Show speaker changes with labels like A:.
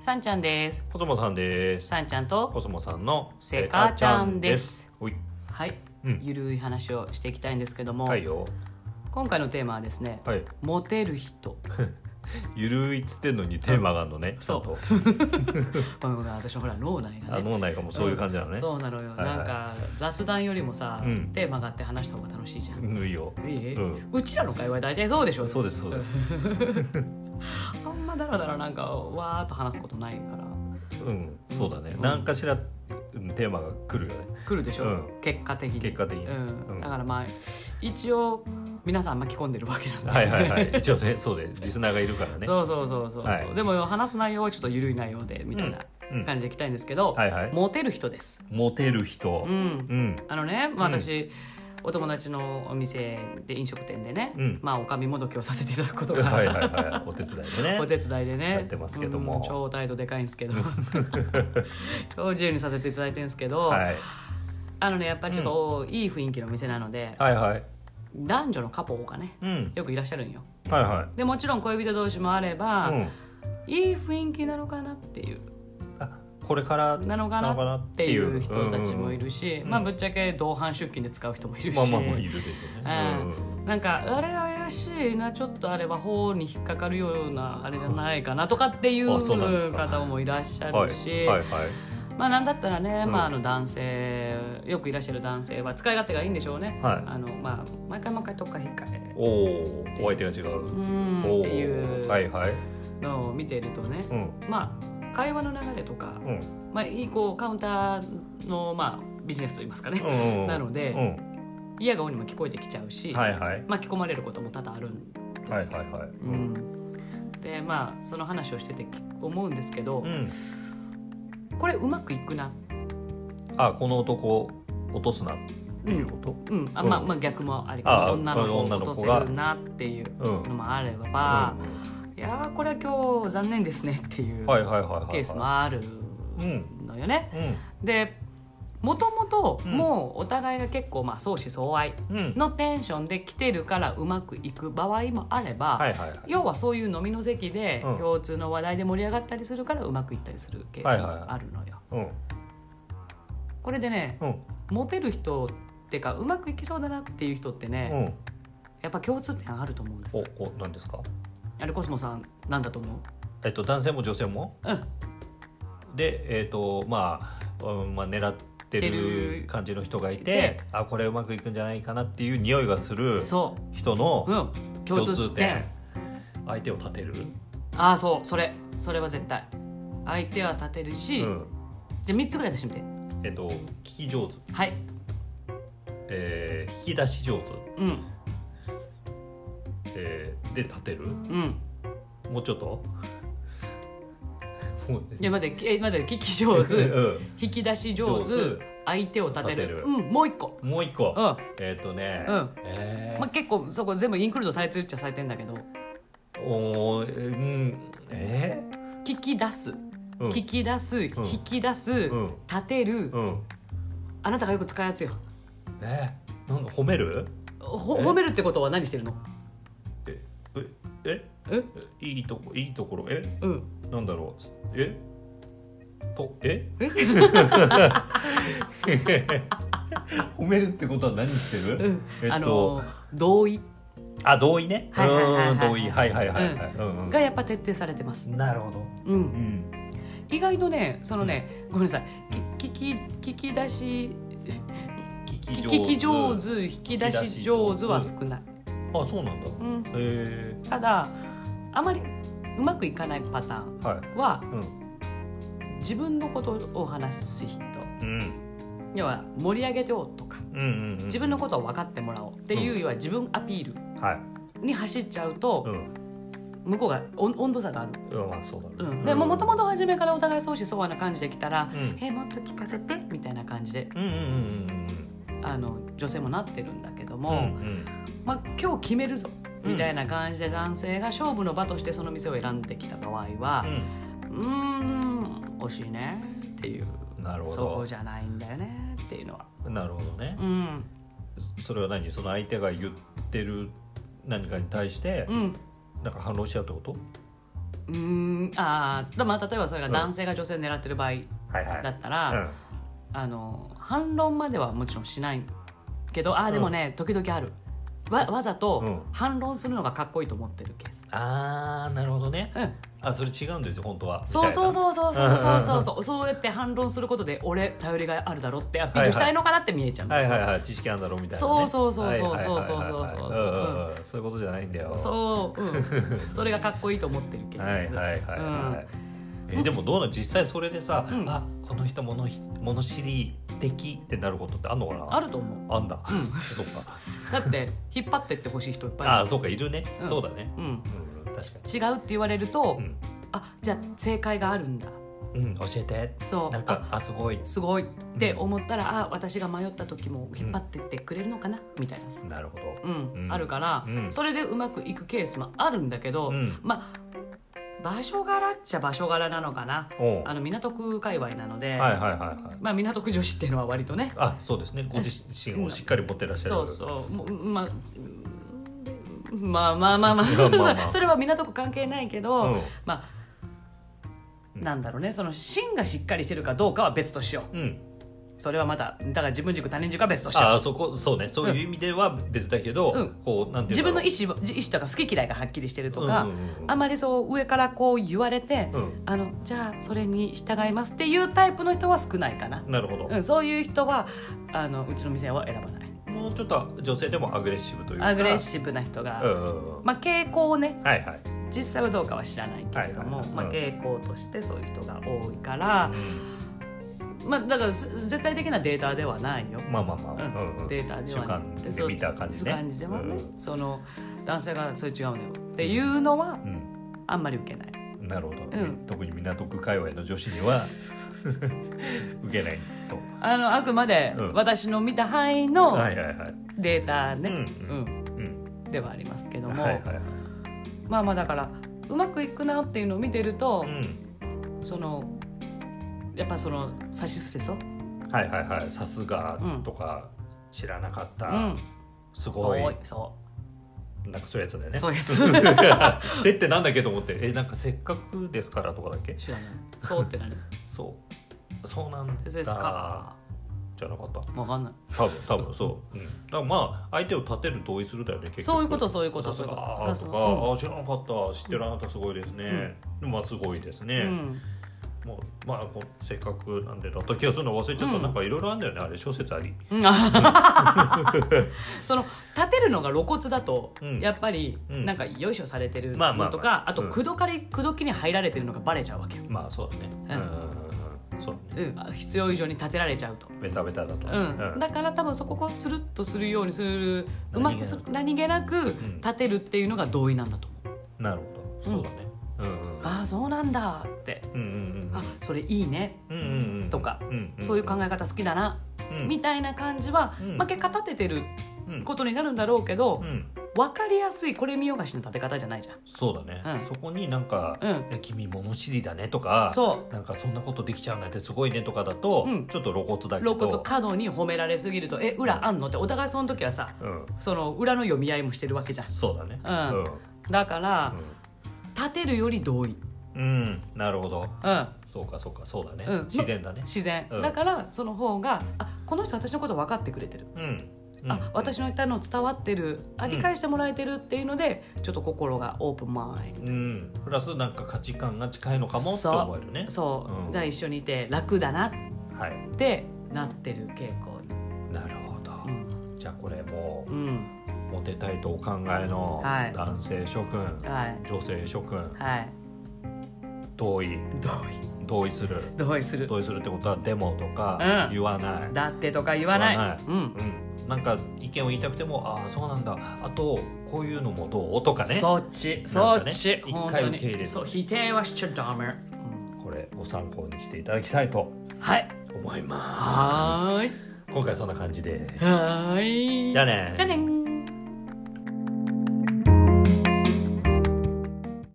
A: さんちゃんです
B: コスモさんです
A: さんちゃん
B: コ
A: と
B: スモさんの
A: セカちゃんです
B: おい
A: はい、
B: うん
A: ゆるい話をしていきたいんですけども、
B: はいよ
A: 今回のテーマはですね、
B: はい
A: モテる人
B: ゆるいっつってんのにテーマがあるのね
A: そう
B: ちゃんと
A: ごめんごめん私ほら脳内が
B: あ
A: ね
B: 脳内がもうそういう感じなのね
A: そうなのよ、
B: いはい
A: なんか雑談よりもさ、
B: うん
A: テーマがあって話した方が楽しいじゃん、
B: うんいいよ
A: いい
B: うん
A: うちらの会話大体そうでしょ
B: そうですそうです
A: あんまだらだらなんかわーっと話すことないから
B: うんそうだね何かしらうんテーマが来るよね
A: 来るでしょ、
B: うん
A: 結果的に
B: 結果的に
A: うん
B: うん
A: だからまあ一応皆さん巻き込んでるわけなんで、
B: はいは いはい一応ねそうでリスナーがいるからね
A: そうそうそうそうそう、
B: はい
A: でも話す内容はちょっと緩い内容でみたいな
B: うんうん
A: 感じでいきたいんですけど、
B: はいはい
A: モテる人です、
B: モテる人
A: うん
B: うん
A: あのね、まあ、
B: うん
A: 私、お友達のお店で飲食店でね、
B: うん
A: まあ、おかみもどきをさせていただくことが、
B: はいはいはいお手伝いでね
A: お手伝いでね
B: やってますけども
A: うん超態度でかいんですけ ど超自由にさせていただいてるんですけど、
B: はい
A: あのねやっぱりちょっといい雰囲気のお店なので、
B: はいはい
A: 男女のカポがね
B: うん
A: よくいらっしゃるんよ
B: はいは
A: でもちろん恋人同士もあれば、
B: いうん
A: いい雰囲気なのかなっていう
B: あこれから
A: なのかなっていう人たちもいるし、
B: うん
A: まあぶっちゃけ同伴出勤で使う人もいるし、
B: まあまあまあいるでしょうね。
A: うんなんかあれ怪しいなちょっとあれは法に引っかかるようなあれじゃないかなとかっていう
B: あそうなんですか
A: 方もいらっしゃ
B: うんはい
A: るし、
B: はいはい。
A: まあなんだったらね、
B: うん
A: まあ、あの男性よくいらっしゃる男性は使い勝手がいいんでしょうね、
B: はい
A: あのまあ、毎回毎回どっか引っかえ
B: おおお相手が違
A: う
B: う。
A: ん
B: お
A: っていう
B: おはいはい。
A: のを見ているとね、
B: うん
A: まあ会話の流れとか、
B: うん
A: まあ、いいこうカウンターの、まあ、ビジネスといいますかね、
B: うんうん。
A: なので
B: うん
A: 嫌がおにも聞こえてきちゃうし、
B: はいはい
A: 巻き込まれることも多々あるんで
B: はい
A: すよ。
B: はいはい。う
A: うんん、でまあその話をしてて思うんですけど、
B: うん。
A: これうまくいくな、
B: あこの男落とすなっていうこと。
A: うんあ
B: うん
A: まあまあ、逆もあり
B: ああ
A: 女の子を
B: 女
A: 落
B: の子
A: と
B: が
A: せるなっていう
B: うん。
A: のもあれば、
B: うん
A: いやーこれは今日残念ですねっていう
B: はいはいはいはいはい。
A: ケースもある
B: うん
A: のよね。
B: うん
A: でもともと
B: うん
A: もうお互いが結構まあ相思相愛
B: うん。
A: のテンションで来てるからうまくいく場合もあれば、
B: はいはいはい。
A: 要はそういう飲みの席で
B: うん
A: 共通の話題で盛り上がったりするからうまくいったりするケースもあるのよ。
B: うん
A: これでね
B: うん
A: モテる人っていうかうまくいきそうだなっていう人ってね、
B: うん。
A: やっぱ共通点あると思うんです。
B: おおなんですか。
A: あれコスモさんなんだと思う
B: えっと男性も女性も。
A: うん
B: でえっとまあうんまあ狙ってる感じの人がいて
A: で
B: あこれうまくいくんじゃないかなっていう匂いがする
A: そ
B: 人
A: う、う
B: の
A: ん、共
B: 共
A: 通点
B: 通点相手を立てる、
A: ああそうそれそれは絶対相手は立てるし、
B: うん
A: じゃあ3つぐらい出してみて
B: えっと聞き上手、
A: はい
B: えー引き出し上手、
A: うん
B: えーで立てる
A: うん
B: もうちょっと もう
A: いや待ってえ待って聞き上手
B: う
A: 引き出し上手
B: 上手
A: 相手を立てる
B: 立てる
A: うんもう一個
B: んもう一個、
A: うんま
B: えっ、とね、
A: うん
B: えー
A: あ結構そこ全部インクルードされてるっちゃされてんだけど
B: おーえーうんえ
A: 聞き出す
B: ーうん
A: 聞き出す、
B: ん
A: 引き出す、
B: ん
A: 立てる、
B: うん
A: あなたがよく使うやつよ
B: えーなんか褒める
A: ほ
B: え
A: 褒めるってことは何してるの
B: ええ
A: え
B: いいとこいいところえ
A: うん
B: なんだろうえとえ
A: え
B: 褒めるってことは何してる、
A: うん
B: えっと
A: あの同意
B: あ同意ね
A: はいはいはいはいはいう
B: ーん同意はいはいはいはい、うんうん
A: がやっぱ徹底されてます、
B: なるほど、
A: う、
B: うんん、
A: 意外とねそのね、ごめんなさいき聞き聞き出し
B: 聞き
A: 聞き上手引き出し上手は少ない、
B: あそうなんだへ
A: うん、
B: え
A: ただあまりうまくいかないパターン
B: はい
A: は
B: うん
A: 自分のことを話す人
B: うん
A: 要は盛り上げようとか
B: うんうん、うん、
A: 自分のことを分かってもらおうっていう要は自分アピール
B: はい
A: に走っちゃうと
B: うん
A: 向こうが温温度差がある、
B: うんまあそうだ
A: う
B: ね、
A: ん、でももともと初めからお互い相思相愛な感じできたら「
B: うん
A: えもっと聞かせて」みたいな感じで
B: うんうんうん
A: あの女性もなってるんだけど
B: うんうん
A: も、
B: うん
A: まあ、今日決めるぞみたいな感じで男性が勝負の場としてその店を選んできた場合はうーん惜しいねっていう
B: うんなるほ
A: そう
B: ど
A: じゃないんだよねっていうのは
B: なるほどね
A: う、ん
B: それは何その相手が言ってる何かに対して
A: うん
B: なんか反論しちゃうってこと
A: うーんあーまあ例えばそれが男性が女性を狙ってる場合
B: はいはい
A: だったら、あの反論まではもちろんしないけどああでもね、時々あるわわざ
B: う
A: と
B: ん
A: 反論するのがかっこいいと思ってるケース、
B: あーなるほどね
A: うん、
B: あそれ違うんだよ本当は
A: そうそう
B: う
A: そうそうそうそうそうそうそうやって反論することで俺頼りがいあるだろってアピールしたいのかなって見えちゃう、
B: はいはいはい知識あるんだろうみたいなね、
A: そうそうそうそうそうそう
B: はいはいはいは
A: そうそう
B: い
A: そうん
B: んんそういうことじゃないんだよ
A: そう、うん、それがかっこいいと思ってるケ
B: はいは
A: ー
B: い
A: ス、
B: はいはい、えーでもどうなの実際それでさ、
A: うん
B: あこの人物ひ物知り的ってなることってあんのかな
A: あると思う
B: あんだ、
A: うん
B: そっか
A: だって引っ張ってってほしい人いっぱいい
B: あ
A: る
B: そうかいるね、
A: うん
B: そうだね、
A: うん
B: うん、確か
A: 違うって言われると、
B: に、
A: あじゃあ正解があるんだ
B: うんうん、教えて
A: そう
B: なんかあすごい
A: すごいって思ったら、あ私が迷った時も引っ張ってってくれるのかな、みたいなさ、
B: なるほど、
A: うん
B: うん
A: あるから、
B: うん
A: それでうまくいくケースもあるんだけど、
B: うん
A: まあ場所柄っちゃ場所柄なのかな
B: おう
A: あの港区界隈なので、
B: はいはいはいはい
A: まあ、港区女子っていうのは割とね
B: あそうですねご自身をしっかり持ってらっしゃる、
A: そうそうもうまあうんまあまあまあまあ
B: まあま あ
A: そうそれは港区関係ないけど、
B: うん
A: まあなんだろうねその芯がしっかりしてるかどうかは別としよう
B: うん
A: それはまただから自分軸他人軸は別としよう
B: あそこそうねそういう意味では別だけど、
A: うん
B: こうなんてい
A: 自
B: うん
A: 分の
B: だろう
A: 意思はじ意思とか好き嫌いがはっきりしてるとか、
B: うんうんうんうん
A: あまりそう上からこう言われて、
B: うん
A: あのじゃあそれに従いますっていうタイプの人は少ないかな、
B: なるほど、
A: うん、そういう人はあのうちの店は選ばない
B: もうちょっと女性でもアグレッシブというか
A: アグレッシブな人が、
B: うんうんうん
A: まあ、傾向をね
B: はいはい、
A: 実際はどうかは知らないけれども、
B: はいはいはい
A: まあ、傾向としてそういう人が多いから、まあ、だからす絶対的なデータではないよ、
B: まあまあまあ、うんう
A: うんん、データで
B: 主
A: は
B: 観で見た感じね
A: そう感じではね、
B: うん
A: その男性がそれ違うのよっていうのは
B: うん
A: あんまり受けない。
B: なるほど、
A: ん
B: 特に港区界隈の女子には 受けないと
A: あのあくまで
B: うん
A: 私の見た範囲の
B: はいはいはい
A: データね、
B: うん
A: うん
B: うん
A: ではありますけども、
B: はいはいはい
A: まあまあだからうまくいくなっていうのを見てると
B: う、ん
A: そのやっぱその差しすせそ、
B: はいはいはいさすがとか知らなかった、
A: うん、
B: すごい
A: 多いそ
B: なんかそういうやつだよ
A: う
B: ね
A: そうです
B: せってなんだけと思ってえなんかせっかくですからとかだっけ
A: 知らないそうって 何
B: そうそうなん
A: ですか
B: じゃなかった
A: わかんない
B: 多分多分そう、うん、だからまあ相手を立てる同意するだよね結局
A: そういうことそういうこと
B: さすが
A: そういうこと
B: ー
A: そう
B: と
A: そ
B: か、
A: ううん
B: あー知らなかった知ってるあなたすごいですね、でもまあすごいです
A: う
B: ね、
A: ん
B: もうまあこうせっかくなんでだった気がするの忘れちゃった、
A: うん
B: なんかいろいろあるんだよねあれ小説あり
A: うんその立てるのが露骨だと、
B: うん
A: やっぱり
B: うん
A: なんかよいしょされてる
B: まあま
A: の
B: あまあ
A: とかあと
B: うん
A: 口説かれ口説きに入られてるのがバレちゃうわけよ、
B: まあそうだね
A: うん
B: うんうんうんそうだね
A: うん、あ必要以上に立てられちゃうと、
B: ベタベタだと、
A: うん、だから多分そこをスルッとするようにするうまくする何気なく
B: ん
A: 立てるっていうのが同意なんだと思う、
B: なるほどそうだねうんうん
A: ああそうなんだって
B: うんうん
A: あそれいいね
B: うんうんうん
A: とか
B: うんうんうん
A: そういう考え方好きだな、
B: うん
A: みたいな感じは、
B: うん
A: まあ、結果立ててる
B: うん
A: ことになるんだろうけど、
B: うん
A: 分かりやすいこれ見よがしの立て方じゃないじゃん
B: そうだね、
A: うん
B: そこになんか
A: うん
B: え君物知りだね」とか
A: そ
B: なんかそんなことできちゃうんだってすごいね」とかだと、
A: うん
B: ちょっと露骨だけど
A: 露骨過度に褒められすぎると「え裏あんの?」ってお互いその時はさ
B: うん、
A: その裏の読み合いもしてるわけじゃん
B: そうだね
A: うんだから立てるより同意
B: うん、うんなるほど
A: うん
B: そうかそうかそうだね、
A: うん
B: 自然だね
A: 自然
B: うん
A: だからその方が「あこの人私のこと分かってくれてる」
B: うん、うん、
A: あ私の言ったの伝わってるあ
B: うん
A: 理解してもらえてるっていうのでちょっと心がオープンマインド
B: うんプラスなんか価値観が近いのかもって思えるね
A: そう、
B: うん
A: じゃあ一緒にいて楽だなっ
B: はい
A: てなってる傾向に
B: なるほど、
A: うん、
B: じゃあこれも
A: うん、
B: うモテたいとお考えの
A: はい
B: 男性諸君、
A: はい
B: 女性諸君
A: はい
B: 同意
A: 同
B: 同意する
A: 意同意する
B: 同意するってことはでもとか
A: うん
B: 言わない、
A: だってとか言わない
B: 言わない
A: うん
B: うん、なんか意見を言いたくてもああそうなんだあとこういうのもどうとかね
A: そっちそ
B: なんか
A: っ
B: ね
A: ち、
B: 一回
A: 本当
B: 受け入れ
A: に
B: る
A: そう否定はしちゃダメ、
B: これご参考にしていただきたいと
A: はい
B: 思います
A: はーい
B: 今回そんな感じで
A: はーい
B: じゃあね
A: じゃあねー